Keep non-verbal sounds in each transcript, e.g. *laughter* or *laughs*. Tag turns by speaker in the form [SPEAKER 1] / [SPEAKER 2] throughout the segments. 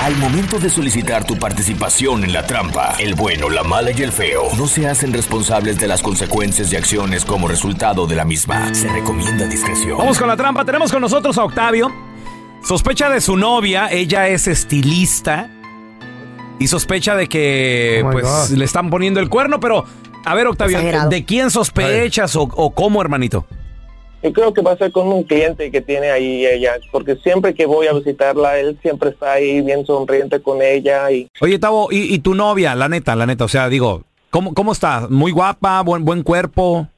[SPEAKER 1] Al momento de solicitar tu participación en la trampa, el bueno, la mala y el feo no se hacen responsables de las consecuencias y acciones como resultado de la misma. Se recomienda discreción.
[SPEAKER 2] Vamos con la trampa. Tenemos con nosotros a Octavio. Sospecha de su novia. Ella es estilista. Y sospecha de que
[SPEAKER 3] Oh my
[SPEAKER 2] pues
[SPEAKER 3] God.
[SPEAKER 2] le están poniendo el cuerno. Pero, a ver, Octavio,
[SPEAKER 4] Exagerado.
[SPEAKER 2] ¿de quién sospechas o, o cómo, hermanito?
[SPEAKER 5] Yo creo que va a ser con un cliente que tiene ahí ella, porque siempre que voy a visitarla, él siempre está ahí bien sonriente con ella y
[SPEAKER 2] Oye, Tavo, ¿y, y tu novia? La neta, la neta. O sea, digo, ¿cómo, cómo está? ¿Muy guapa? ¿Buen, buen cuerpo?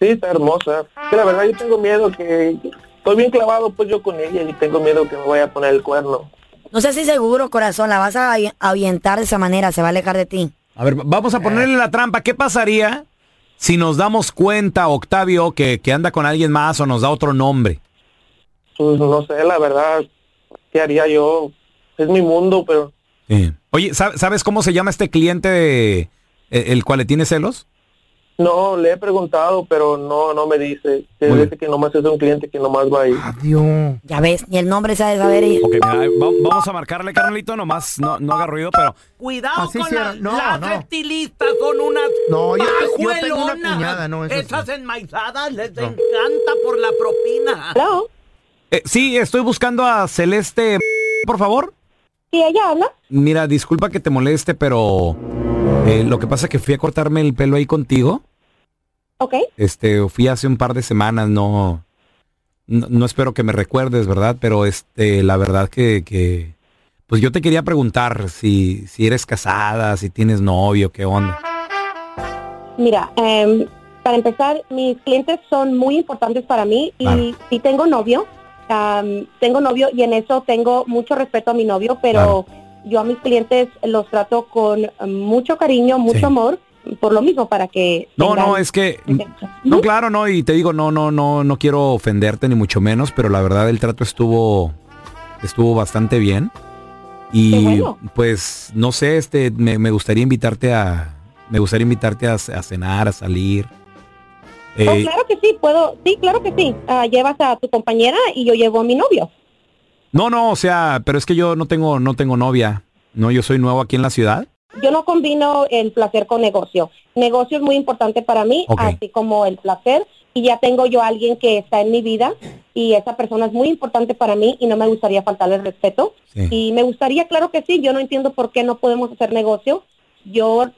[SPEAKER 5] sí, está hermosa. Que la verdad yo tengo miedo que... Estoy bien clavado pues yo con ella y tengo miedo que me vaya a poner el cuerno.
[SPEAKER 4] No seas inseguro, corazón, la vas a ahi- ahuyentar de esa manera, se va a alejar de ti.
[SPEAKER 2] A ver, vamos a ponerle la trampa. ¿Qué pasaría si nos damos cuenta, Octavio, que, que anda con alguien más o nos da otro nombre?
[SPEAKER 5] Pues no sé, la verdad, ¿qué haría yo? Es mi mundo, pero
[SPEAKER 2] Oye, ¿sab- ¿sabes cómo se llama este cliente eh, el cual le tiene celos?
[SPEAKER 5] no, le he preguntado, pero no, no me dice. Se
[SPEAKER 2] Muy bien.
[SPEAKER 5] dice que nomás es un cliente que nomás va ahí.
[SPEAKER 3] Adiós.
[SPEAKER 4] Ya ves, ni el nombre se ha de saber ella.
[SPEAKER 2] Ok, mira, eh, va- vamos a marcarle, Carnalito, nomás no, no haga ruido, pero... Cuidado
[SPEAKER 3] Así con hicieron. la- No, las no.
[SPEAKER 2] estilistas son unas
[SPEAKER 3] No, yo, te- yo tengo una cuñada, no, eso sí.
[SPEAKER 2] enmaizadas les
[SPEAKER 3] No.
[SPEAKER 2] encanta por la propina.
[SPEAKER 6] Claro,
[SPEAKER 2] Eh, sí, estoy buscando a Celeste, por favor.
[SPEAKER 6] ¿Sí ella habla?
[SPEAKER 2] Mira, disculpa que te moleste, pero eh, lo que pasa es que fui a cortarme el pelo ahí contigo.
[SPEAKER 6] Ok.
[SPEAKER 2] Este, fui hace un par de semanas, no, no, no espero que me recuerdes, ¿verdad? Pero este, la verdad que, que, pues yo te quería preguntar si, si eres casada, si tienes novio, qué onda.
[SPEAKER 6] Mira, em, para empezar, mis clientes son muy importantes para mí y
[SPEAKER 2] Claro.
[SPEAKER 6] sí tengo novio. am, tengo novio y en eso tengo mucho respeto a mi novio, pero yo a mis clientes los trato con mucho cariño, mucho
[SPEAKER 2] Sí.
[SPEAKER 6] amor, por lo mismo, para que...
[SPEAKER 2] No,
[SPEAKER 6] tengan-
[SPEAKER 2] no, es que, no, claro, no, y te digo, no, no, no, no quiero ofenderte ni mucho menos, pero la verdad el trato estuvo, estuvo bastante bien.
[SPEAKER 6] Qué
[SPEAKER 2] Y
[SPEAKER 6] bueno.
[SPEAKER 2] pues, no sé, este, me, me gustaría invitarte a, me gustaría invitarte a, a cenar, a salir.
[SPEAKER 6] Oh,
[SPEAKER 2] Eh,
[SPEAKER 6] claro que sí, puedo, sí, claro que sí. Ah, llevas a tu compañera y yo llevo a mi novio.
[SPEAKER 2] No, no, o sea, pero es que yo no tengo, no tengo novia. No, yo soy nuevo aquí en la ciudad.
[SPEAKER 6] Yo no combino el placer con negocio. Negocio es muy importante para mí,
[SPEAKER 2] Ok.
[SPEAKER 6] así como el placer. Y ya tengo yo a alguien que está en mi vida y esa persona es muy importante para mí y no me gustaría faltarle el respeto.
[SPEAKER 2] Sí.
[SPEAKER 6] Y me gustaría, claro que sí, yo no entiendo por qué no podemos hacer negocio. Yo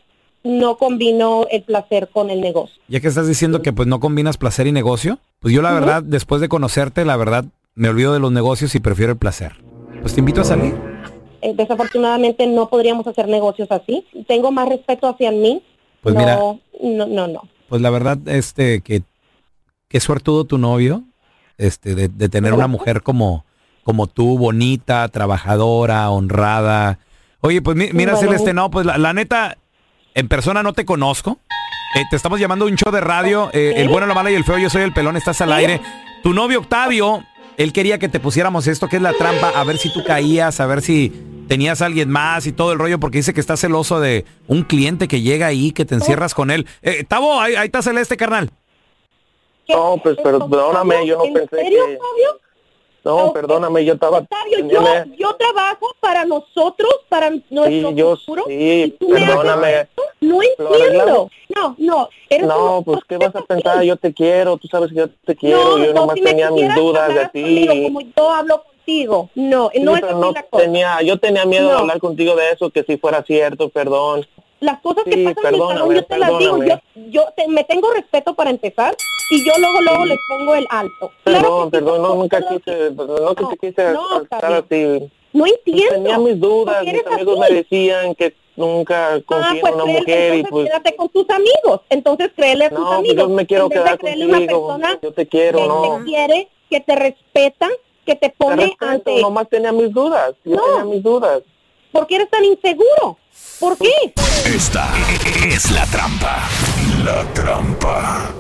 [SPEAKER 6] no combino el placer con el negocio.
[SPEAKER 2] Ya que estás diciendo que pues no combinas placer y negocio, pues yo la
[SPEAKER 6] Ujú.
[SPEAKER 2] verdad, después de conocerte, la verdad, me olvido de los negocios y prefiero el placer. Pues te invito a salir.
[SPEAKER 6] Eh, desafortunadamente no podríamos hacer negocios así. Tengo más respeto hacia mí.
[SPEAKER 2] Pues
[SPEAKER 6] no,
[SPEAKER 2] mira,
[SPEAKER 6] no, no, no.
[SPEAKER 2] pues la verdad, este, que qué suertudo tu novio, este, de, de tener una mujer como, como tú, bonita, trabajadora, honrada. Oye, pues mi- mira,
[SPEAKER 6] Bueno.
[SPEAKER 2] Celeste, no, pues la, la neta, en persona no te conozco. Eh, te estamos llamando a un show de radio, eh, el bueno, la mala y el feo, yo soy el pelón, estás al aire. Tu novio Octavio, él quería que te pusiéramos esto, que es la trampa, a ver si tú caías, a ver si tenías a alguien más y todo el rollo, porque dice que estás celoso de un cliente que llega ahí, que te encierras con él. Eh, Tavo, ahí, ahí está Celeste, carnal.
[SPEAKER 6] ¿Qué?
[SPEAKER 5] No, pues, pero perdóname, yo no
[SPEAKER 6] ¿En
[SPEAKER 5] pensé
[SPEAKER 6] serio,
[SPEAKER 5] que-
[SPEAKER 6] Fabio?
[SPEAKER 5] No,
[SPEAKER 6] Ok.
[SPEAKER 5] perdóname, yo estaba...
[SPEAKER 6] Octavio,
[SPEAKER 5] tenía la-
[SPEAKER 6] yo, yo trabajo para nosotros, para nuestro
[SPEAKER 5] Sí, yo
[SPEAKER 6] futuro.
[SPEAKER 5] sí,
[SPEAKER 6] ¿Y tú me haces
[SPEAKER 5] perdóname.
[SPEAKER 6] esto? No
[SPEAKER 5] Lo arreglamos.
[SPEAKER 6] entiendo. No, no. eres
[SPEAKER 5] No,
[SPEAKER 6] un-
[SPEAKER 5] pues qué vas a pensar, yo te quiero, tú sabes que yo te quiero,
[SPEAKER 6] No,
[SPEAKER 5] yo
[SPEAKER 6] no,
[SPEAKER 5] nomás
[SPEAKER 6] si me
[SPEAKER 5] tenía mis
[SPEAKER 6] quisieras
[SPEAKER 5] dudas de
[SPEAKER 6] hablar
[SPEAKER 5] ti.
[SPEAKER 6] conmigo como yo hablo contigo. No,
[SPEAKER 5] Sí,
[SPEAKER 6] no es
[SPEAKER 5] pero
[SPEAKER 6] así
[SPEAKER 5] no
[SPEAKER 6] la cosa.
[SPEAKER 5] tenía, yo tenía miedo de
[SPEAKER 6] No.
[SPEAKER 5] hablar contigo de eso, que si fuera cierto, perdón.
[SPEAKER 7] Las cosas
[SPEAKER 8] Sí,
[SPEAKER 7] que pasan en el salón,
[SPEAKER 8] perdóname,
[SPEAKER 7] yo te las digo, yo,
[SPEAKER 8] perdóname.
[SPEAKER 7] yo te- me tengo respeto para empezar y yo luego, luego les pongo el alto.
[SPEAKER 8] Perdón,
[SPEAKER 7] Claro que sí,
[SPEAKER 8] perdón, no,
[SPEAKER 7] claro
[SPEAKER 8] nunca
[SPEAKER 7] que
[SPEAKER 8] quise, no que te
[SPEAKER 7] No,
[SPEAKER 8] quise
[SPEAKER 7] no, está
[SPEAKER 8] estar así. Pues
[SPEAKER 7] No entiendo.
[SPEAKER 8] Tenía mis dudas,
[SPEAKER 7] porque
[SPEAKER 8] mis
[SPEAKER 7] eres
[SPEAKER 8] amigos
[SPEAKER 7] así.
[SPEAKER 8] me decían que nunca confío
[SPEAKER 7] Ah,
[SPEAKER 8] en
[SPEAKER 7] pues
[SPEAKER 8] una
[SPEAKER 7] créele,
[SPEAKER 8] mujer y
[SPEAKER 7] entonces
[SPEAKER 8] pues
[SPEAKER 7] quédate con tus amigos. Entonces créele a tus
[SPEAKER 8] no, pues
[SPEAKER 7] amigos.
[SPEAKER 8] yo me quiero
[SPEAKER 7] En vez de
[SPEAKER 8] quedar
[SPEAKER 7] creerle a una
[SPEAKER 8] contigo,
[SPEAKER 7] persona
[SPEAKER 8] yo te quiero,
[SPEAKER 7] que
[SPEAKER 8] no.
[SPEAKER 7] te quiere, que te respeta, que te
[SPEAKER 8] Te
[SPEAKER 7] pone
[SPEAKER 8] respeto,
[SPEAKER 7] ante...
[SPEAKER 8] nomás tenía mis dudas, yo
[SPEAKER 7] No.
[SPEAKER 8] tenía mis dudas.
[SPEAKER 7] ¿Por qué eres tan inseguro? ¿Por qué?
[SPEAKER 9] Esta es la trampa. La trampa.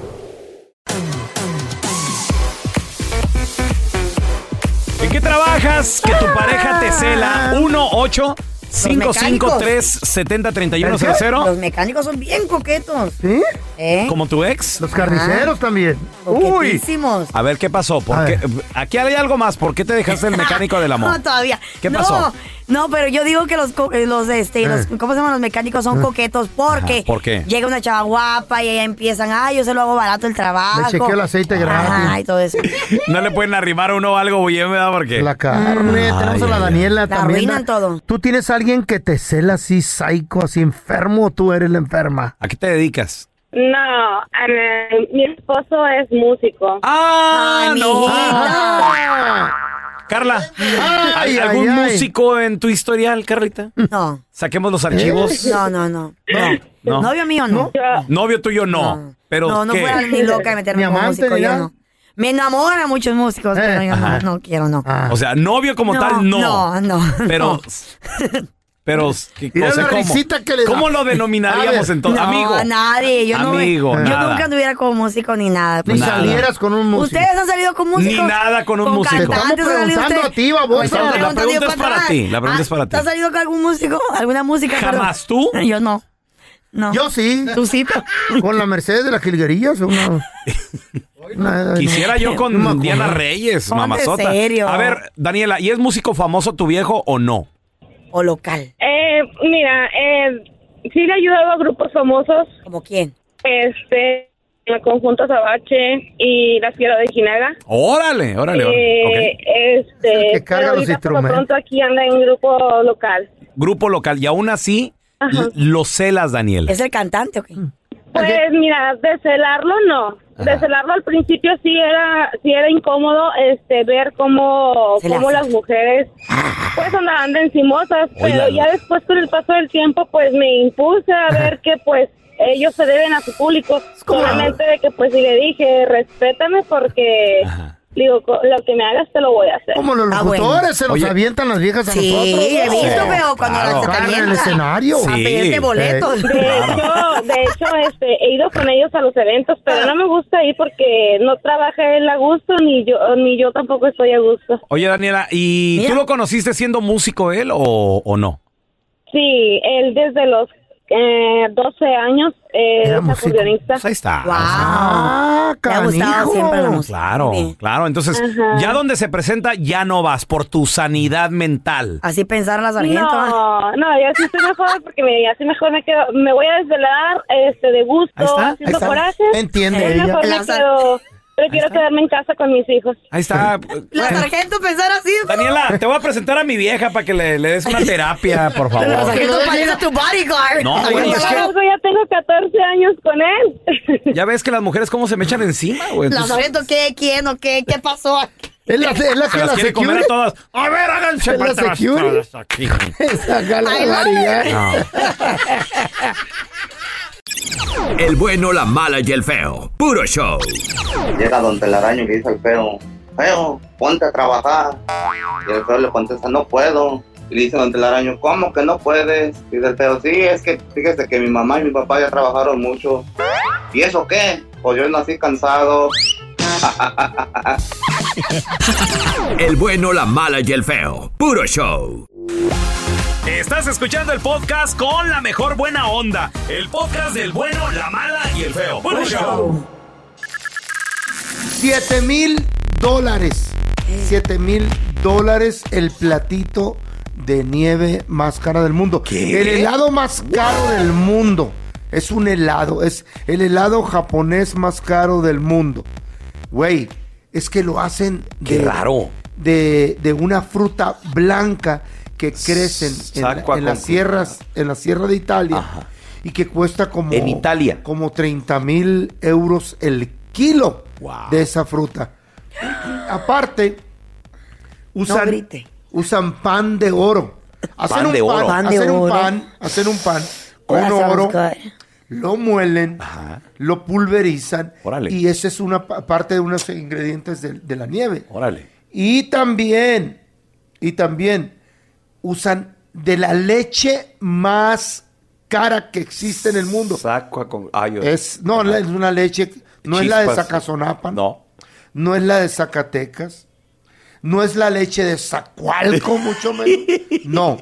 [SPEAKER 2] ¿En qué trabajas? Que tu pareja te cela. 1 8 5 5 3 70 31 0
[SPEAKER 4] Los
[SPEAKER 2] 0
[SPEAKER 4] mecánicos son bien coquetos.
[SPEAKER 3] ¿Sí?
[SPEAKER 4] ¿Eh?
[SPEAKER 2] Como tu ex.
[SPEAKER 3] Los carniceros también. Uy.
[SPEAKER 4] Coquetísimos.
[SPEAKER 2] A ver, ¿qué pasó? ¿Por
[SPEAKER 3] A
[SPEAKER 2] qué- Aquí hay algo más. ¿Por qué te dejaste el mecánico del amor?
[SPEAKER 4] *laughs* No, todavía.
[SPEAKER 2] ¿Qué
[SPEAKER 4] No,
[SPEAKER 2] pasó?
[SPEAKER 4] No, pero yo digo que los, co- eh, los, este, los, ¿cómo se llaman? Los mecánicos son coquetos porque
[SPEAKER 2] Eh. Ajá, ¿por qué?
[SPEAKER 4] llega una chava guapa y ella empiezan, ay, yo se lo hago barato el trabajo.
[SPEAKER 3] Le chequeo el aceite gratis.
[SPEAKER 4] Ay, todo eso.
[SPEAKER 2] No le pueden arrimar uno o algo, güey, ¿verdad? Porque.
[SPEAKER 3] La carne, tenemos a la Daniela
[SPEAKER 4] La
[SPEAKER 3] también.
[SPEAKER 4] arruinan
[SPEAKER 3] Da-
[SPEAKER 4] todo.
[SPEAKER 3] ¿Tú tienes a alguien que te cela así psycho, así enfermo o tú eres la enferma?
[SPEAKER 2] ¿A qué te dedicas?
[SPEAKER 6] No, eh, mi esposo es músico.
[SPEAKER 2] ¡Ah!
[SPEAKER 4] Ay,
[SPEAKER 2] no!
[SPEAKER 4] mijita.
[SPEAKER 2] Carla, ¿hay
[SPEAKER 3] Ay,
[SPEAKER 2] algún
[SPEAKER 3] ay, ay.
[SPEAKER 2] músico en tu historial, Carlita?
[SPEAKER 4] No.
[SPEAKER 2] Saquemos los archivos.
[SPEAKER 4] No, no, no.
[SPEAKER 2] No.
[SPEAKER 4] No. Novio mío no.
[SPEAKER 2] Novio tuyo no. Pero
[SPEAKER 4] no, no
[SPEAKER 2] ¿qué?
[SPEAKER 4] fuera ni loca de meterme
[SPEAKER 3] Ni
[SPEAKER 4] con
[SPEAKER 3] amante,
[SPEAKER 4] músico,
[SPEAKER 3] ni
[SPEAKER 4] yo
[SPEAKER 3] nada.
[SPEAKER 4] no. Me enamoran a muchos músicos,
[SPEAKER 3] Eh,
[SPEAKER 4] pero yo no,
[SPEAKER 2] ajá.
[SPEAKER 4] no quiero, no.
[SPEAKER 3] Ah.
[SPEAKER 2] O sea, novio como
[SPEAKER 4] No,
[SPEAKER 2] tal, no.
[SPEAKER 4] no, no,
[SPEAKER 2] Pero.
[SPEAKER 4] no.
[SPEAKER 2] Pero, ¿qué
[SPEAKER 3] Mira
[SPEAKER 2] cosa?
[SPEAKER 3] la
[SPEAKER 2] ¿Cómo?
[SPEAKER 3] risita que le da.
[SPEAKER 2] ¿Cómo lo
[SPEAKER 3] A
[SPEAKER 2] denominaríamos
[SPEAKER 3] ver.
[SPEAKER 2] entonces?
[SPEAKER 4] No,
[SPEAKER 2] Amigo.
[SPEAKER 4] a nadie. Yo
[SPEAKER 2] Amigo,
[SPEAKER 4] no, me- yo
[SPEAKER 2] nada.
[SPEAKER 4] nunca anduviera con músico ni nada.
[SPEAKER 3] Ni
[SPEAKER 4] pues,
[SPEAKER 2] Nada.
[SPEAKER 3] salieras con un músico.
[SPEAKER 4] ¿Ustedes han salido con músicos?
[SPEAKER 2] Ni nada con un músico. Te
[SPEAKER 3] estamos
[SPEAKER 4] cantantes, ¿han salido
[SPEAKER 3] preguntando
[SPEAKER 4] ustedes?
[SPEAKER 3] a ti, babosa.
[SPEAKER 4] Me están
[SPEAKER 3] La
[SPEAKER 4] preguntando
[SPEAKER 2] pregunta
[SPEAKER 4] yo
[SPEAKER 2] es para
[SPEAKER 4] atrás.
[SPEAKER 2] ti, la pregunta
[SPEAKER 4] Ah,
[SPEAKER 2] es para ti.
[SPEAKER 4] ¿Has salido con algún músico? ¿Alguna música?
[SPEAKER 2] ¿Jamás
[SPEAKER 4] perdón?
[SPEAKER 2] tú?
[SPEAKER 4] Yo no. No.
[SPEAKER 3] Yo sí,
[SPEAKER 4] Tú sí, pero-
[SPEAKER 3] con la Mercedes de las jilguerillas. Una... una-
[SPEAKER 2] Quisiera yo con
[SPEAKER 3] No me
[SPEAKER 2] Diana
[SPEAKER 3] acuerdo.
[SPEAKER 2] Reyes,
[SPEAKER 4] Ponte
[SPEAKER 2] mamazota.
[SPEAKER 4] serio.
[SPEAKER 2] A ver, Daniela, ¿y es músico famoso tu viejo o no?
[SPEAKER 4] O local.
[SPEAKER 6] Eh, mira, eh, sí le he ayudado a grupos famosos,
[SPEAKER 4] ¿Como quién?
[SPEAKER 6] este, el conjunto Sabache y La Fiera de Jinaga.
[SPEAKER 2] Órale, órale, órale.
[SPEAKER 6] Eh, Este,
[SPEAKER 3] Es el que carga
[SPEAKER 6] pero
[SPEAKER 3] los
[SPEAKER 6] ahorita,
[SPEAKER 3] instrumentos.
[SPEAKER 6] Por lo pronto aquí anda en grupo local.
[SPEAKER 2] Ok. Grupo local. Y aún así,
[SPEAKER 6] Ajá.
[SPEAKER 2] l- lo celas, Daniela.
[SPEAKER 4] ¿Es el cantante o qué?
[SPEAKER 6] Pues mira, de celarlo no. De
[SPEAKER 2] Ajá.
[SPEAKER 6] celarlo al principio sí era sí era incómodo este ver cómo,
[SPEAKER 4] Se le
[SPEAKER 6] cómo
[SPEAKER 4] hace.
[SPEAKER 6] las mujeres pues andaban de encimosas, pero
[SPEAKER 2] Oigan.
[SPEAKER 6] ya después con el paso del tiempo pues me impuse a ver que pues ellos se deben a su público.
[SPEAKER 3] como-
[SPEAKER 6] Solamente de que pues sí le dije, respétame porque
[SPEAKER 2] Ajá.
[SPEAKER 6] digo, co- lo que me hagas te lo voy a hacer.
[SPEAKER 3] Como los
[SPEAKER 4] Ah,
[SPEAKER 3] locutores
[SPEAKER 4] bueno.
[SPEAKER 3] se nos
[SPEAKER 2] Oye.
[SPEAKER 3] avientan las viejas a
[SPEAKER 4] Sí,
[SPEAKER 3] nosotros.
[SPEAKER 4] he visto,
[SPEAKER 2] Sí,
[SPEAKER 4] pero cuando
[SPEAKER 2] claro.
[SPEAKER 4] se
[SPEAKER 3] Cargan el
[SPEAKER 4] calienta.
[SPEAKER 3] escenario.
[SPEAKER 4] A
[SPEAKER 2] Sí.
[SPEAKER 4] pedirte boletos.
[SPEAKER 6] De hecho, de hecho, este, he ido con ellos a los eventos, pero no me gusta ir porque no trabaja él a gusto ni yo ni yo tampoco estoy a gusto.
[SPEAKER 2] Oye, Daniela, ¿y
[SPEAKER 4] Mira.
[SPEAKER 2] tú lo conociste siendo músico él o, o no?
[SPEAKER 6] Sí, él desde los eh, 12 años eh,
[SPEAKER 3] Era
[SPEAKER 6] es
[SPEAKER 3] músico.
[SPEAKER 6] acordeonista.
[SPEAKER 2] Pues ahí está.
[SPEAKER 4] ¡Wow!
[SPEAKER 3] Ah,
[SPEAKER 4] Me ha gustado
[SPEAKER 3] canijo.
[SPEAKER 4] siempre la música.
[SPEAKER 2] Claro,
[SPEAKER 4] Sí.
[SPEAKER 2] claro. Entonces,
[SPEAKER 6] Ajá.
[SPEAKER 2] ya donde se presenta, ya no vas por tu sanidad mental.
[SPEAKER 4] Así pensar la sargento. ¿ah?
[SPEAKER 6] No, no, yo sí estoy mejor porque me, así mejor me quedo, me voy a desvelar este, de gusto,
[SPEAKER 2] Ahí está, ahí
[SPEAKER 6] haciendo
[SPEAKER 2] está.
[SPEAKER 6] corajes.
[SPEAKER 3] Entiende
[SPEAKER 6] Es
[SPEAKER 3] ella.
[SPEAKER 6] mejor me
[SPEAKER 4] La sal-
[SPEAKER 6] quedo, prefiero quedarme en casa con mis hijos.
[SPEAKER 2] Ahí está.
[SPEAKER 4] La sargento pensar así.
[SPEAKER 2] Daniela, te voy a presentar a mi vieja para que le, le des una terapia, por
[SPEAKER 4] La
[SPEAKER 2] favor.
[SPEAKER 4] sargento parece tu bodyguard.
[SPEAKER 2] No, güey, es que
[SPEAKER 6] Yo ya tengo 14 años con él.
[SPEAKER 2] ya ves que las mujeres cómo se me echan encima, güey.
[SPEAKER 4] La
[SPEAKER 2] Entonces,
[SPEAKER 4] sargento, ¿qué? ¿Quién o qué? ¿Qué pasó?
[SPEAKER 3] Es la, es la
[SPEAKER 2] se
[SPEAKER 3] que
[SPEAKER 2] las
[SPEAKER 3] la
[SPEAKER 2] quiere comer a
[SPEAKER 3] security-
[SPEAKER 2] todas. A ver, háganse
[SPEAKER 3] Es la
[SPEAKER 2] para atrás,
[SPEAKER 3] security.
[SPEAKER 2] todas aquí.
[SPEAKER 3] Esa gala
[SPEAKER 4] Ay, no.
[SPEAKER 3] barriga.
[SPEAKER 2] No.
[SPEAKER 9] El bueno, la mala y el feo. Puro show.
[SPEAKER 5] Llega don Telaraño y le dice al feo, feo, ponte a trabajar. Y el feo le contesta, no puedo. Y le dice don Telaraño, ¿cómo que no puedes? Y dice el feo, sí, es que fíjese que mi mamá y mi papá ya trabajaron mucho. ¿Y eso qué? Pues yo nací cansado.
[SPEAKER 9] El bueno, la mala y el feo. Puro show.
[SPEAKER 2] Estás escuchando el podcast con la mejor buena onda. El podcast del bueno, la mala y el feo. Puro show.
[SPEAKER 3] Siete mil dólares. Siete mil dólares el platito de nieve más cara del mundo. El helado más caro del mundo. Es un helado. Es el helado japonés más caro del mundo. Güey, es que lo hacen de,
[SPEAKER 2] Qué raro.
[SPEAKER 3] de, de una fruta blanca que crecen en, la-
[SPEAKER 2] Sacua
[SPEAKER 3] en las
[SPEAKER 2] con-
[SPEAKER 3] sierras, en la sierra de Italia. y que cuesta como...
[SPEAKER 9] En Italia.
[SPEAKER 3] Como 30 mil euros el kilo de esa fruta. Aparte, usan, usan pan de oro. Hacen
[SPEAKER 9] Pan
[SPEAKER 3] un
[SPEAKER 9] de oro.
[SPEAKER 3] Pan,
[SPEAKER 9] Pan de
[SPEAKER 3] hacen un
[SPEAKER 9] oro.
[SPEAKER 3] pan, hacen un pan con
[SPEAKER 9] Ahora sabes
[SPEAKER 3] oro,
[SPEAKER 9] qué.
[SPEAKER 3] lo muelen, lo pulverizan
[SPEAKER 9] Órale.
[SPEAKER 3] y esa es una pa- parte de unos ingredientes de, de la nieve.
[SPEAKER 9] Órale.
[SPEAKER 3] Y también, y también usan de la leche más cara que existe en el mundo.
[SPEAKER 9] Saco a con... Ay, yo-
[SPEAKER 3] Es, no, la- es una leche, no es la de
[SPEAKER 9] Chispas.
[SPEAKER 3] Zacazonapa,
[SPEAKER 9] No.
[SPEAKER 3] no es la de Zacatecas, no es la leche de
[SPEAKER 9] *laughs*
[SPEAKER 3] Zacualco, mucho menos. No,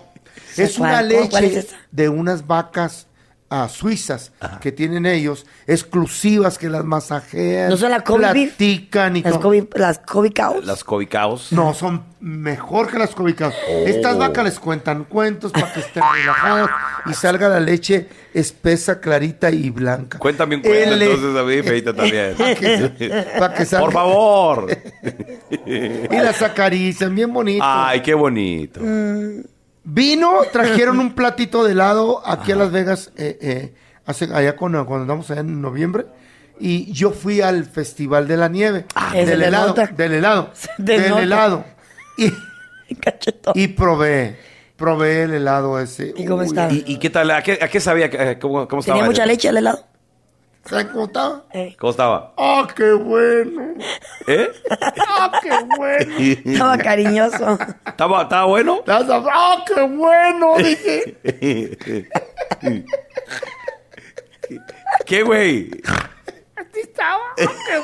[SPEAKER 3] es una
[SPEAKER 10] Zacualco, ¿cuál es
[SPEAKER 3] leche
[SPEAKER 10] esa?
[SPEAKER 3] de unas vacas ah, suizas que tienen ellos, exclusivas que las masajean,
[SPEAKER 4] ¿No son la Kobe beef?
[SPEAKER 3] platican y
[SPEAKER 4] Las
[SPEAKER 3] todo.
[SPEAKER 4] Kobe, las Kobe cows.
[SPEAKER 9] Las cobicaos.
[SPEAKER 3] No, son mejor que las cobicadas.
[SPEAKER 9] Oh.
[SPEAKER 3] Estas vacas les cuentan cuentos para que estén relajadas y salga la leche espesa, clarita y blanca.
[SPEAKER 9] Cuéntame un cuento
[SPEAKER 3] L-
[SPEAKER 9] entonces a mí,
[SPEAKER 4] *laughs*
[SPEAKER 9] feita también.
[SPEAKER 3] Pa' que- pa' que salga.
[SPEAKER 9] Por favor.
[SPEAKER 3] Y las acarician, bien bonito.
[SPEAKER 9] Ay, qué bonito.
[SPEAKER 4] Mm.
[SPEAKER 3] Vino, trajeron un platito de helado aquí a Las Vegas, eh, eh, hace, allá con- cuando andamos allá en noviembre. Y yo fui al Festival de la Nieve.
[SPEAKER 4] es el
[SPEAKER 3] del,
[SPEAKER 4] de
[SPEAKER 3] helado,
[SPEAKER 4] Nota.
[SPEAKER 3] del helado.
[SPEAKER 4] De
[SPEAKER 3] Del
[SPEAKER 4] Nota.
[SPEAKER 3] helado. Y, y probé. Probé el helado ese. ¿Y
[SPEAKER 4] cómo estaba?
[SPEAKER 9] ¿Y, y qué tal? ¿A qué, a qué sabía? Eh, ¿Cómo, cómo estaba?
[SPEAKER 4] Tenía mucha leche el
[SPEAKER 9] *laughs*
[SPEAKER 4] helado.
[SPEAKER 3] ¿Sabes cómo estaba?
[SPEAKER 9] ¿Cómo estaba?
[SPEAKER 3] ¡Ah, qué bueno!
[SPEAKER 9] ¿Eh?
[SPEAKER 3] ¡Ah, qué bueno!
[SPEAKER 4] Estaba cariñoso.
[SPEAKER 9] *laughs* ¿Estaba, estaba bueno?
[SPEAKER 3] Las ab- ¡Ah, qué bueno!
[SPEAKER 9] *laughs*
[SPEAKER 3] Dije.
[SPEAKER 9] ¿Qué, güey?
[SPEAKER 3] Así estaba. ¡Ah, qué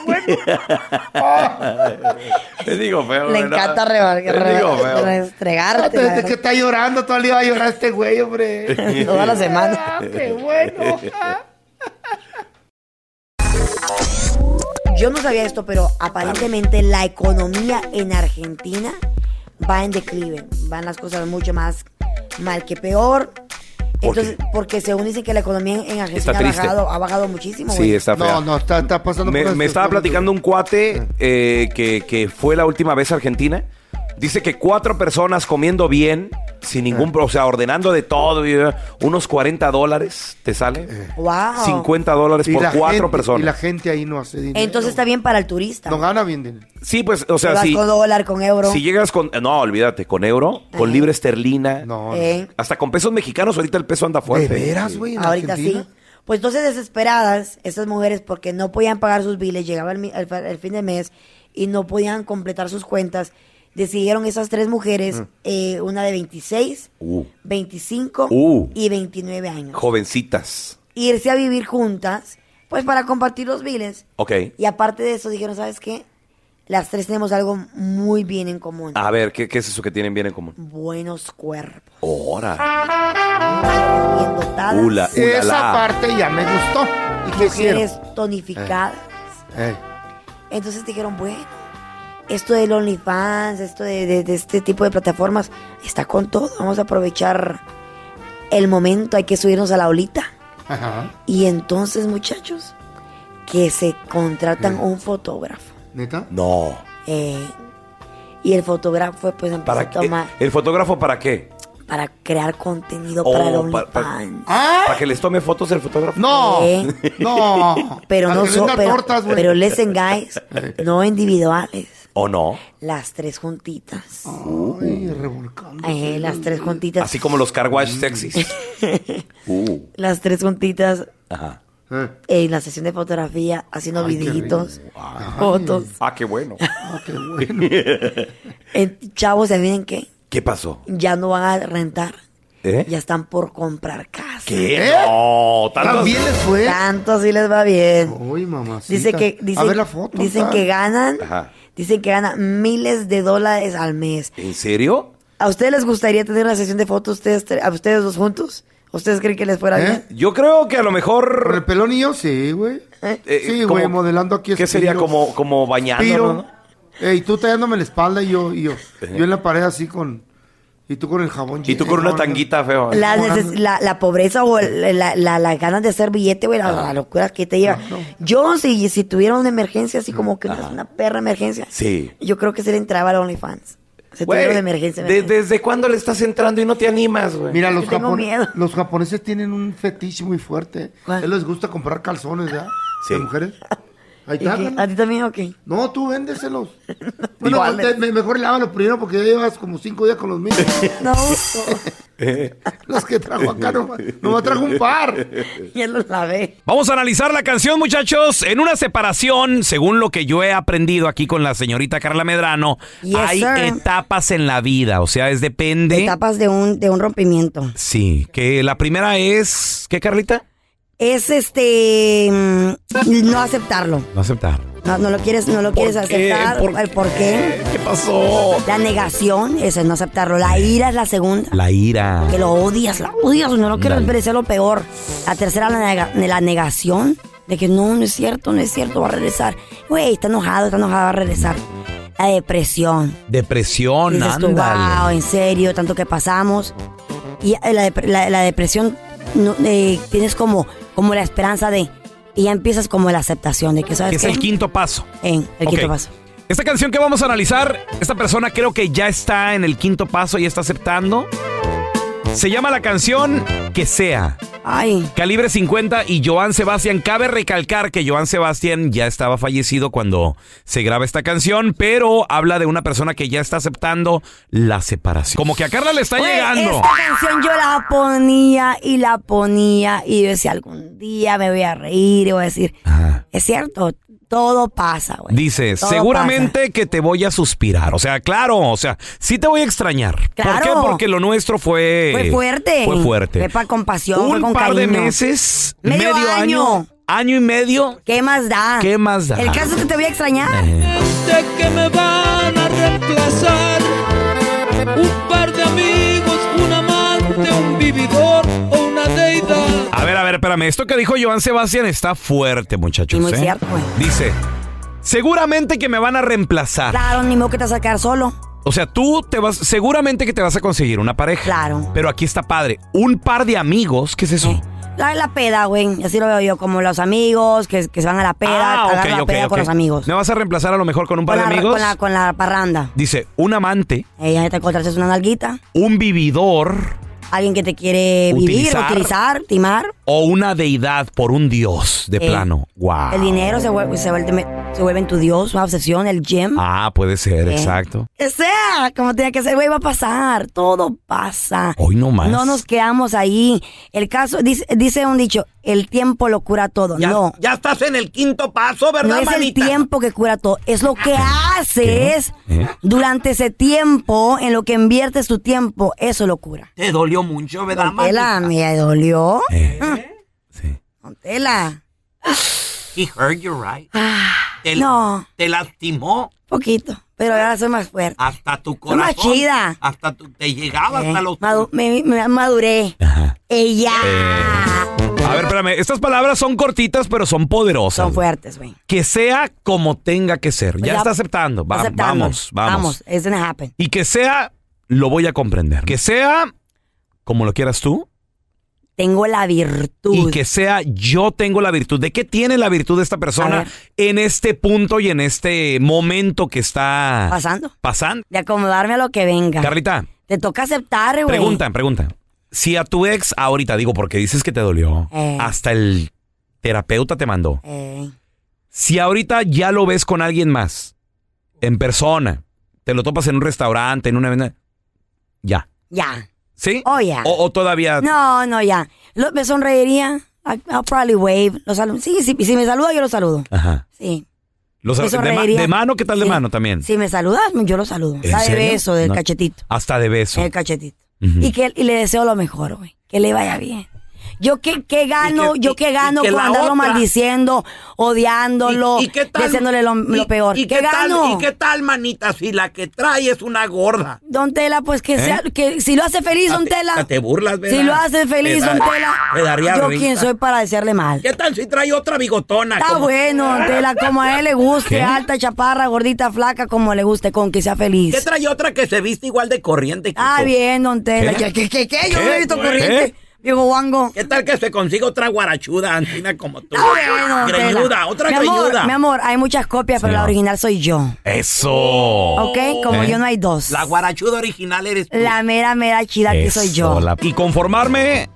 [SPEAKER 3] bueno!
[SPEAKER 9] *laughs* Te digo feo.
[SPEAKER 4] Le
[SPEAKER 9] ¿verdad?
[SPEAKER 4] encanta rebar-
[SPEAKER 9] Te digo
[SPEAKER 4] re-
[SPEAKER 9] feo.
[SPEAKER 4] restregarte. la
[SPEAKER 3] Desde que está llorando, todo el día va a llorar este güey, hombre.
[SPEAKER 4] *laughs* verdad. Toda la semana.
[SPEAKER 3] ¡Ah, qué bueno!
[SPEAKER 4] Yo no sabía esto, pero aparentemente la economía en Argentina va en declive. Van las cosas mucho más mal que peor.
[SPEAKER 9] ¿Por qué?
[SPEAKER 4] Entonces, porque según dicen que la economía en
[SPEAKER 9] Está
[SPEAKER 4] Argentina ha
[SPEAKER 9] triste.
[SPEAKER 4] bajado, ha bajado muchísimo.
[SPEAKER 9] Sí,
[SPEAKER 4] güey.
[SPEAKER 9] está feo.
[SPEAKER 3] No, no, está, está pasando
[SPEAKER 9] Me,
[SPEAKER 3] por
[SPEAKER 9] me
[SPEAKER 3] esto,
[SPEAKER 9] estaba
[SPEAKER 3] está muy
[SPEAKER 9] platicando un cuate eh, que, que fue la última vez a Argentina. Dice que cuatro personas comiendo bien, sin
[SPEAKER 3] Eh.
[SPEAKER 9] ningún... pro- O sea, ordenando de todo. y, eh, unos 40 dólares te sale.
[SPEAKER 4] Wow.
[SPEAKER 9] 50 dólares
[SPEAKER 3] Eh. Y
[SPEAKER 9] por
[SPEAKER 3] la
[SPEAKER 9] cuatro
[SPEAKER 3] gente-
[SPEAKER 9] personas.
[SPEAKER 3] Y la gente ahí no hace dinero.
[SPEAKER 4] Entonces está bien para el turista.
[SPEAKER 3] No gana bien dinero.
[SPEAKER 9] Sí, pues, o sea,
[SPEAKER 4] Vas
[SPEAKER 9] si,
[SPEAKER 4] con dólar, con euro.
[SPEAKER 9] si llegas con... No, olvídate, con euro, con libra esterlina,
[SPEAKER 3] No.
[SPEAKER 4] Eh,
[SPEAKER 9] hasta con pesos mexicanos, ahorita el peso anda
[SPEAKER 3] ¿De
[SPEAKER 9] fuerte.
[SPEAKER 3] veras, güey? en
[SPEAKER 4] ahorita
[SPEAKER 3] Argentina?
[SPEAKER 4] sí. Pues entonces desesperadas, esas mujeres, porque no podían pagar sus biles, llegaba el, mi- el- el fin de mes y no podían completar sus cuentas, decidieron esas tres
[SPEAKER 9] Mm.
[SPEAKER 4] mujeres, eh, una de 26,
[SPEAKER 9] Uh,
[SPEAKER 4] 25
[SPEAKER 9] Uh.
[SPEAKER 4] y 29 años.
[SPEAKER 9] jovencitas.
[SPEAKER 4] Irse a vivir juntas, pues para compartir los biles.
[SPEAKER 9] Ok.
[SPEAKER 4] Y aparte de eso, dijeron, ¿sabes qué? Las tres tenemos algo muy bien en común.
[SPEAKER 9] A ver, ¿qué, qué es eso que tienen bien en común?
[SPEAKER 4] Buenos cuerpos.
[SPEAKER 9] Ora.
[SPEAKER 4] Bien dotadas.
[SPEAKER 9] Ula,
[SPEAKER 3] Esa
[SPEAKER 9] ulala.
[SPEAKER 3] parte ya me gustó.
[SPEAKER 9] Eh,
[SPEAKER 3] ¿Y qué hicieron?
[SPEAKER 4] mujeres tonificadas.
[SPEAKER 3] Eh,
[SPEAKER 4] Entonces dijeron, bueno, esto del OnlyFans, esto de, de- de este tipo de plataformas, está con todo. Vamos a aprovechar el momento, hay que subirnos a la olita.
[SPEAKER 3] Ajá.
[SPEAKER 4] Y entonces, muchachos, que se contratan
[SPEAKER 9] Mm.
[SPEAKER 4] un fotógrafo.
[SPEAKER 3] ¿Neta?
[SPEAKER 9] No.
[SPEAKER 4] Eh, y el fotógrafo pues empezó
[SPEAKER 9] ¿Para
[SPEAKER 4] a
[SPEAKER 9] qué?
[SPEAKER 4] tomar
[SPEAKER 9] ¿El fotógrafo para qué?
[SPEAKER 4] para crear contenido
[SPEAKER 9] Oh,
[SPEAKER 4] para el
[SPEAKER 9] pa-
[SPEAKER 4] OnlyFans.
[SPEAKER 9] pa-
[SPEAKER 3] ¡Ah!
[SPEAKER 9] ¿Para que les tome fotos el fotógrafo?
[SPEAKER 3] ¡No!
[SPEAKER 4] Eh.
[SPEAKER 3] ¡No!
[SPEAKER 4] Pero
[SPEAKER 3] Para
[SPEAKER 4] no
[SPEAKER 3] que
[SPEAKER 4] son,
[SPEAKER 3] venda
[SPEAKER 4] pero,
[SPEAKER 3] tortas, güey.
[SPEAKER 4] pero listen
[SPEAKER 9] *laughs*
[SPEAKER 4] guys, no individuales,
[SPEAKER 9] ¿O no?
[SPEAKER 4] las tres juntitas.
[SPEAKER 3] Ay, revolcando.
[SPEAKER 4] Ajé, las tres juntitas.
[SPEAKER 9] Así como los car wash sexys.
[SPEAKER 4] *laughs*
[SPEAKER 9] Uh,
[SPEAKER 4] Las tres juntitas
[SPEAKER 9] ajá.
[SPEAKER 3] Eh,
[SPEAKER 4] en la sesión de fotografía, haciendo
[SPEAKER 3] Ay, qué
[SPEAKER 4] videitos, fotos.
[SPEAKER 9] Ah, qué bueno.
[SPEAKER 3] ah, qué bueno.
[SPEAKER 4] Eh, chavos, ¿se miren que
[SPEAKER 9] *laughs* ¿Qué pasó?
[SPEAKER 4] Ya no van a rentar,
[SPEAKER 9] ¿Eh?
[SPEAKER 4] ya están por comprar casa.
[SPEAKER 9] ¿Qué?
[SPEAKER 3] ¿Eh?
[SPEAKER 9] No, tantos-
[SPEAKER 3] ¿También les fue?
[SPEAKER 4] Tanto si les va bien.
[SPEAKER 3] Uy, mamacita.
[SPEAKER 4] Dice que,
[SPEAKER 3] Oh, A
[SPEAKER 4] dicen,
[SPEAKER 3] ver la foto.
[SPEAKER 4] dicen
[SPEAKER 3] está.
[SPEAKER 4] que ganan,
[SPEAKER 9] Ajá.
[SPEAKER 4] dicen que ganan miles de dólares al mes.
[SPEAKER 9] ¿En serio?
[SPEAKER 4] ¿A ustedes les gustaría tener una sesión de fotos ustedes, tre- a ustedes dos juntos? ¿Ustedes creen que les fuera
[SPEAKER 3] ¿Eh?
[SPEAKER 4] bien?
[SPEAKER 9] Yo creo que a lo
[SPEAKER 3] Con el
[SPEAKER 9] mejor...
[SPEAKER 3] pelón y yo, sí, güey.
[SPEAKER 9] eh,
[SPEAKER 3] sí,
[SPEAKER 9] como-
[SPEAKER 3] güey, modelando aquí.
[SPEAKER 9] ¿Qué sería?
[SPEAKER 3] estilos.
[SPEAKER 9] Como, como
[SPEAKER 3] Piro.
[SPEAKER 9] bañando,
[SPEAKER 3] Ey, tú tallándome la espalda y yo, y yo. Yo en la pared así con. Y tú con el jabón.
[SPEAKER 9] Y tú con una tanguita feo.
[SPEAKER 4] La,
[SPEAKER 3] Ahora
[SPEAKER 4] neces-
[SPEAKER 3] no-
[SPEAKER 4] la, la pobreza o el- la, la, las ganas de hacer billete, güey, la, la locura que te lleva. Yo, si, si tuviera una emergencia, así como que una, una perra emergencia,
[SPEAKER 9] Sí.
[SPEAKER 4] yo creo que se le entraba al OnlyFans. Se tuvieron de emergencia. me parece.
[SPEAKER 9] ¿Desde cuándo le estás entrando y no te animas, güey?
[SPEAKER 3] Mira, los,
[SPEAKER 4] Yo tengo
[SPEAKER 3] japon-
[SPEAKER 4] miedo.
[SPEAKER 3] los japoneses tienen un fetiche muy fuerte. A les gusta comprar calzones, ¿verdad?
[SPEAKER 9] Sí.
[SPEAKER 4] *laughs*
[SPEAKER 3] De mujeres. Ahí
[SPEAKER 4] ¿Y
[SPEAKER 3] está.
[SPEAKER 4] qué?
[SPEAKER 3] carnal.
[SPEAKER 4] ¿A ti también o qué?
[SPEAKER 3] No, tú véndeselos.
[SPEAKER 4] *laughs*
[SPEAKER 3] Bueno,
[SPEAKER 4] ¿Cuáles?
[SPEAKER 3] te- me- mejor lávalos primero porque ya llevas como cinco días con los míos.
[SPEAKER 9] *laughs*
[SPEAKER 4] No, *laughs*
[SPEAKER 3] los que trajo acá nomás. Nomás trajo un par.
[SPEAKER 4] ya los lavé.
[SPEAKER 2] Vamos a analizar la canción, muchachos. En una separación, según lo que yo he aprendido aquí con la señorita Carla Medrano,
[SPEAKER 4] Yes,
[SPEAKER 2] hay
[SPEAKER 4] sir.
[SPEAKER 2] etapas en la vida. O sea, es depende.
[SPEAKER 4] Etapas de un, de un rompimiento.
[SPEAKER 2] Sí, que la primera es. ¿Qué, Carlita?
[SPEAKER 4] Es este. mm, No aceptarlo.
[SPEAKER 2] No aceptar.
[SPEAKER 4] No, no lo quieres, no lo quieres
[SPEAKER 2] qué?
[SPEAKER 4] aceptar.
[SPEAKER 2] ¿Por
[SPEAKER 4] ¿El por qué?
[SPEAKER 2] ¿Qué pasó?
[SPEAKER 4] La negación, eso es no aceptarlo. La ira es la segunda.
[SPEAKER 2] La ira.
[SPEAKER 4] Que lo odias, la odias, no lo quieres
[SPEAKER 2] Ándale.
[SPEAKER 4] ver, eso es lo peor. La tercera, la, nega- la negación. De que no, no es cierto, no es cierto, va a regresar. Güey, está enojado, está enojado, va a regresar. La depresión.
[SPEAKER 2] Depresión,
[SPEAKER 4] Dices tú,
[SPEAKER 2] ándale.
[SPEAKER 4] wow, en serio, tanto que pasamos. Y eh, la, dep- la- la depresión, no, eh, tienes como, como la esperanza de... Y ya empiezas como la aceptación de que, ¿sabes
[SPEAKER 2] Que es
[SPEAKER 4] qué?
[SPEAKER 2] el quinto paso.
[SPEAKER 4] En el
[SPEAKER 2] Ok.
[SPEAKER 4] quinto paso.
[SPEAKER 2] Esta canción que vamos a analizar, esta persona creo que ya está en el quinto paso y está aceptando. Se llama la canción Que sea.
[SPEAKER 4] Ay,
[SPEAKER 2] Calibre 50 y Joan Sebastián. Cabe recalcar que Joan Sebastián ya estaba fallecido cuando se graba esta canción, pero habla de una persona que ya está aceptando la separación. Como que a Carla le está
[SPEAKER 4] Güey,
[SPEAKER 2] llegando.
[SPEAKER 4] Pues, Esta canción yo la ponía y la ponía y yo decía, algún día me voy a reír y voy a decir,
[SPEAKER 2] Ajá.
[SPEAKER 4] es cierto, todo pasa, güey.
[SPEAKER 2] Dice,
[SPEAKER 4] Todo
[SPEAKER 2] seguramente que te voy a suspirar. O sea, claro, o sea, sí te voy a extrañar. ¿Por
[SPEAKER 4] Claro.
[SPEAKER 2] qué? Porque lo nuestro fue...
[SPEAKER 4] Fue fuerte.
[SPEAKER 2] Fue fuerte.
[SPEAKER 4] Fue para compasión, fue
[SPEAKER 2] Un
[SPEAKER 4] con
[SPEAKER 2] par de
[SPEAKER 4] cariño.
[SPEAKER 2] meses, medio, año,
[SPEAKER 4] Medio
[SPEAKER 2] año,
[SPEAKER 4] año.
[SPEAKER 2] y medio.
[SPEAKER 4] ¿Qué más da?
[SPEAKER 2] ¿Qué más da?
[SPEAKER 4] El caso es que te voy a extrañar.
[SPEAKER 2] Eh,
[SPEAKER 10] que me van a reemplazar. Un par de amigos, un amante, un vividor o una deidad.
[SPEAKER 2] A ver, a ver, espérame. Esto que dijo Joan Sebastián está fuerte, muchachos.
[SPEAKER 4] Y muy
[SPEAKER 2] ¿eh?
[SPEAKER 4] cierto, güey.
[SPEAKER 2] Dice, seguramente que me van a reemplazar.
[SPEAKER 4] Claro, ni modo que te vas a quedar solo.
[SPEAKER 2] O sea, tú te vas, seguramente que te vas a conseguir una pareja.
[SPEAKER 4] Claro.
[SPEAKER 2] Pero aquí está padre. Un par de amigos, ¿qué es eso?
[SPEAKER 4] La, la peda, güey. Así lo veo yo, como los amigos que, que se van a la peda,
[SPEAKER 2] Ah,
[SPEAKER 4] a
[SPEAKER 2] ok,
[SPEAKER 4] cagar la
[SPEAKER 2] ok,
[SPEAKER 4] peda
[SPEAKER 2] ok.
[SPEAKER 4] con los amigos.
[SPEAKER 2] ¿Me vas a reemplazar a lo mejor con un par
[SPEAKER 4] con,
[SPEAKER 2] de
[SPEAKER 4] la,
[SPEAKER 2] amigos?
[SPEAKER 4] con la- con la parranda.
[SPEAKER 2] Dice, un amante,
[SPEAKER 4] Ella te encontraste una nalguita,
[SPEAKER 2] un vividor
[SPEAKER 4] alguien que te quiere
[SPEAKER 2] Utilizar.
[SPEAKER 4] vivir, utilizar, timar.
[SPEAKER 2] o una deidad por un dios de
[SPEAKER 4] Eh,
[SPEAKER 2] plano. Wow.
[SPEAKER 4] El dinero se vuelve, se, vuelve, se vuelve en tu Dios, una obsesión, el gem.
[SPEAKER 2] Ah, puede ser,
[SPEAKER 4] Eh.
[SPEAKER 2] exacto.
[SPEAKER 4] Que sea, como tenía que ser, güey, va a pasar, todo pasa.
[SPEAKER 2] Hoy no más.
[SPEAKER 4] No nos quedamos ahí. El caso, dice, dice un dicho, el tiempo lo cura todo. no,
[SPEAKER 9] Ya estás en el quinto paso, ¿verdad,
[SPEAKER 4] no es
[SPEAKER 9] manita?
[SPEAKER 4] el tiempo que cura todo, es lo que haces
[SPEAKER 2] ¿Eh?
[SPEAKER 4] durante ese tiempo, en lo que inviertes tu tiempo, eso lo cura.
[SPEAKER 9] Te dolió mucho, ¿verdad,
[SPEAKER 4] Tela, me dolió. Mm.
[SPEAKER 2] Eh,
[SPEAKER 4] Tela,
[SPEAKER 9] He hurt you right. Te,
[SPEAKER 4] Ah, no,
[SPEAKER 9] te lastimó
[SPEAKER 4] poquito, pero ahora soy más fuerte.
[SPEAKER 9] hasta tu Ah.
[SPEAKER 4] Soy más chida.
[SPEAKER 9] Hasta tu, te
[SPEAKER 2] Ah,
[SPEAKER 9] llegaba
[SPEAKER 4] Eh, madu- me- me- maduré.
[SPEAKER 2] ajá.
[SPEAKER 4] Ella.
[SPEAKER 2] A ver, espérame. Estas palabras son cortitas, pero son poderosas.
[SPEAKER 4] Son fuertes, güey.
[SPEAKER 2] Que sea como tenga que ser. Ya
[SPEAKER 4] Ya-
[SPEAKER 2] está aceptando. Va-
[SPEAKER 4] Aceptando.
[SPEAKER 2] Vamos, vamos.
[SPEAKER 4] Vamos, it's gonna happen.
[SPEAKER 2] Y que sea, lo voy a comprender. Que sea como lo quieras tú.
[SPEAKER 4] Tengo la virtud.
[SPEAKER 2] Y que sea yo tengo la virtud. ¿De qué tiene la virtud de esta
[SPEAKER 4] A
[SPEAKER 2] persona
[SPEAKER 4] ver.
[SPEAKER 2] en este punto y en este momento que está
[SPEAKER 4] Pasando.
[SPEAKER 2] pasando?
[SPEAKER 4] De acomodarme a lo que venga.
[SPEAKER 2] Carlita,
[SPEAKER 4] Te toca aceptar, güey.
[SPEAKER 2] pregunta, pregunta. Si a tu ex ahorita, digo, porque dices que te dolió,
[SPEAKER 4] Eh.
[SPEAKER 2] hasta el terapeuta te mandó.
[SPEAKER 4] Eh,
[SPEAKER 2] Si ahorita ya lo ves con alguien más, en persona, te lo topas en un restaurante, en una... venda- Ya.
[SPEAKER 4] ya.
[SPEAKER 2] ¿Sí?
[SPEAKER 4] Oh, ya.
[SPEAKER 2] O, o todavía...
[SPEAKER 4] No, no, ya. Lo- me sonreiría. I- I'll probably wave. Lo saludo. Sí, sí, si me saluda, yo lo saludo.
[SPEAKER 2] Ajá.
[SPEAKER 4] Sí.
[SPEAKER 2] Los-
[SPEAKER 4] Me
[SPEAKER 2] de, ma-
[SPEAKER 4] sonreiría.
[SPEAKER 2] de mano? ¿Qué tal de
[SPEAKER 4] Sí.
[SPEAKER 2] mano también?
[SPEAKER 4] Si me saludas, yo lo saludo.
[SPEAKER 2] ¿En
[SPEAKER 4] La de
[SPEAKER 2] serio?
[SPEAKER 4] beso, del
[SPEAKER 2] No.
[SPEAKER 4] cachetito.
[SPEAKER 2] Hasta de beso.
[SPEAKER 4] El cachetito.
[SPEAKER 2] Ujú.
[SPEAKER 4] y, que, y le deseo lo mejor, güey. Que le vaya bien. Yo qué, qué gano,
[SPEAKER 9] Y que-
[SPEAKER 4] yo
[SPEAKER 9] y-
[SPEAKER 4] qué
[SPEAKER 9] y
[SPEAKER 4] gano
[SPEAKER 9] que
[SPEAKER 4] con
[SPEAKER 9] la
[SPEAKER 4] andarlo
[SPEAKER 9] otra-
[SPEAKER 4] maldiciendo, odiándolo,
[SPEAKER 9] ¿Y- y qué tal-
[SPEAKER 4] deseándole lo, lo
[SPEAKER 9] y-
[SPEAKER 4] peor.
[SPEAKER 9] y
[SPEAKER 4] ¿Qué,
[SPEAKER 9] tal-
[SPEAKER 4] gano?
[SPEAKER 9] ¿Y qué tal, manita? Si la que trae es una gorda.
[SPEAKER 4] Don Tela, pues que sea, que si lo hace feliz, Don
[SPEAKER 9] ¿Eh? Ah, Te-
[SPEAKER 4] Tela.
[SPEAKER 9] Te burlas, ¿verdad?
[SPEAKER 4] Si lo hace feliz,
[SPEAKER 9] Me da-
[SPEAKER 4] Don Tela.
[SPEAKER 9] Me daría
[SPEAKER 4] Yo
[SPEAKER 9] risa.
[SPEAKER 4] quién soy para desearle mal.
[SPEAKER 9] ¿Qué tal si trae otra bigotona?
[SPEAKER 4] Está
[SPEAKER 9] Como-
[SPEAKER 4] bueno, Don Tela, como a él le guste,
[SPEAKER 2] ¿Qué?
[SPEAKER 4] alta, chaparra, gordita, flaca, como le guste, con que sea feliz.
[SPEAKER 9] ¿Qué ¿Eh? trae otra que se viste igual de corriente?
[SPEAKER 4] Está
[SPEAKER 9] Kiko?
[SPEAKER 4] Ah, bien, Don Tela.
[SPEAKER 2] ¿Qué?
[SPEAKER 4] ¿Qué, qué, qué? Yo
[SPEAKER 2] ¿Qué?
[SPEAKER 4] no he visto
[SPEAKER 2] ¿Qué?
[SPEAKER 4] corriente. Digo, Wango.
[SPEAKER 11] ¿Qué tal que se consiga otra guarachuda, Antina, como tú?
[SPEAKER 4] Ah, Bueno,
[SPEAKER 11] greñuda,
[SPEAKER 4] Tela.
[SPEAKER 11] otra
[SPEAKER 4] mi amor,
[SPEAKER 11] greñuda.
[SPEAKER 4] Mi amor, hay muchas copias, pero
[SPEAKER 11] Sí.
[SPEAKER 4] la original soy yo.
[SPEAKER 2] Eso.
[SPEAKER 4] Ok, como yo no hay dos.
[SPEAKER 11] ¿Eh? La guarachuda original eres tú.
[SPEAKER 4] La mera, mera chida que soy yo.
[SPEAKER 2] Sola. Y conformarme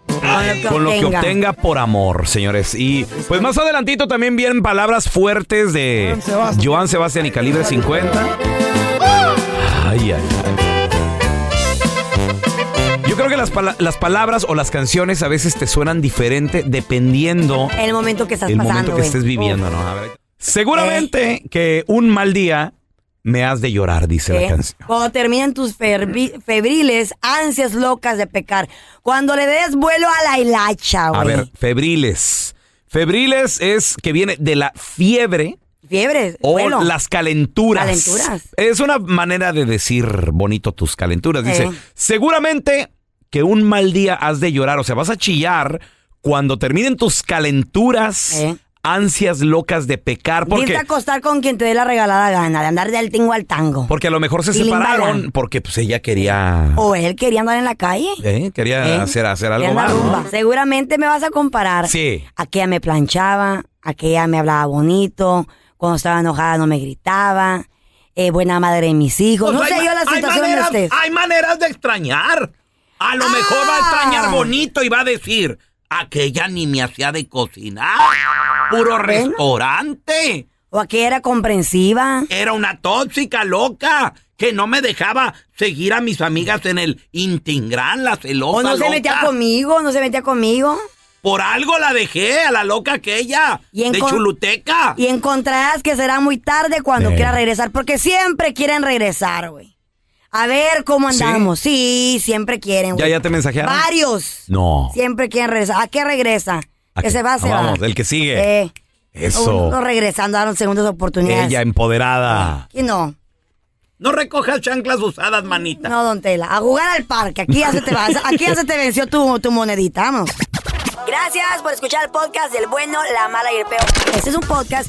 [SPEAKER 2] con lo que obtenga por amor, señores. Y pues más adelantito también vienen palabras fuertes de Joan Sebastián y Calibre 50. Ay, ay, ay. Yo creo que las, pala- las palabras o las canciones a veces te suenan diferente dependiendo
[SPEAKER 4] El momento que estás
[SPEAKER 2] el
[SPEAKER 4] pasando, ¿eh?
[SPEAKER 2] momento que
[SPEAKER 4] güey.
[SPEAKER 2] estés viviendo, ¿no? A ver. Seguramente que un mal día me has de llorar, dice
[SPEAKER 4] ¿Eh?
[SPEAKER 2] la canción.
[SPEAKER 4] Cuando terminan tus fervi- febriles ansias locas de pecar. Cuando le des vuelo a la hilacha, güey.
[SPEAKER 2] A ver, febriles. Febriles es que viene de la fiebre
[SPEAKER 4] Fiebre.
[SPEAKER 2] o
[SPEAKER 4] vuelo.
[SPEAKER 2] las calenturas.
[SPEAKER 4] Calenturas.
[SPEAKER 2] Es una manera de decir bonito tus calenturas. Dice,
[SPEAKER 4] Eh.
[SPEAKER 2] seguramente que un mal día has de llorar, o sea, vas a chillar cuando terminen tus calenturas, ansias locas de pecar,
[SPEAKER 4] Irte
[SPEAKER 2] porque,
[SPEAKER 4] a acostar con quien te dé la regalada gana, de andar del tingo al tango.
[SPEAKER 2] porque a lo mejor se
[SPEAKER 4] Y limbaran.
[SPEAKER 2] separaron, porque pues ella quería,
[SPEAKER 4] O él quería andar en la calle.
[SPEAKER 2] ¿eh? quería
[SPEAKER 4] Eh.
[SPEAKER 2] hacer, hacer
[SPEAKER 4] quería
[SPEAKER 2] algo más.
[SPEAKER 4] andar
[SPEAKER 2] ¿no?
[SPEAKER 4] rumba. Seguramente me vas a comparar.
[SPEAKER 2] Sí.
[SPEAKER 4] Aquella me planchaba, aquella me hablaba bonito, cuando estaba enojada no me gritaba, eh, buena madre de mis hijos.
[SPEAKER 11] Pues
[SPEAKER 4] no sé
[SPEAKER 11] hay
[SPEAKER 4] yo
[SPEAKER 11] ma-
[SPEAKER 4] la
[SPEAKER 11] hay
[SPEAKER 4] situación de Ah.
[SPEAKER 11] maneras-
[SPEAKER 4] ustedes.
[SPEAKER 11] Hay maneras de extrañar. A lo mejor va a extrañar bonito y va a decir, aquella ni me hacía de cocinar. Puro restaurante.
[SPEAKER 4] O aquella era comprensiva.
[SPEAKER 11] Era una tóxica loca que no me dejaba seguir a mis amigas en el Intingrán, la celosa
[SPEAKER 4] O no se
[SPEAKER 11] loca.
[SPEAKER 4] metía conmigo, no se metía conmigo.
[SPEAKER 11] Por algo la dejé a la loca aquella
[SPEAKER 4] Y en
[SPEAKER 11] de
[SPEAKER 4] con-
[SPEAKER 11] Chuluteca.
[SPEAKER 4] Y encontrarás que será muy tarde cuando
[SPEAKER 2] Eh.
[SPEAKER 11] Sí.
[SPEAKER 4] quiera regresar, porque siempre quieren regresar, güey. A ver cómo
[SPEAKER 2] ¿Sí?
[SPEAKER 4] andamos. Sí, siempre quieren,
[SPEAKER 2] ¿Ya,
[SPEAKER 4] güey.
[SPEAKER 2] ya te mensajearon?
[SPEAKER 4] Varios.
[SPEAKER 2] No.
[SPEAKER 4] Siempre quieren regresar. ¿A qué regresa?
[SPEAKER 2] ¿A
[SPEAKER 4] que
[SPEAKER 2] qué?
[SPEAKER 4] se va,
[SPEAKER 2] Ah,
[SPEAKER 4] se
[SPEAKER 2] vamos,
[SPEAKER 4] va.
[SPEAKER 2] el que sigue.
[SPEAKER 4] Eh,
[SPEAKER 2] Eso.
[SPEAKER 4] uno regresando, daron segundas oportunidades.
[SPEAKER 2] Ella empoderada.
[SPEAKER 4] Aquí no.
[SPEAKER 11] No recojas chanclas usadas, manita.
[SPEAKER 4] No, don Tela. A jugar al parque. Aquí ya se
[SPEAKER 2] *laughs*
[SPEAKER 4] te, va- aquí ya se te venció tu, tu monedita. Vamos. Gracias por escuchar el podcast del bueno, la mala y el peor. Este es un podcast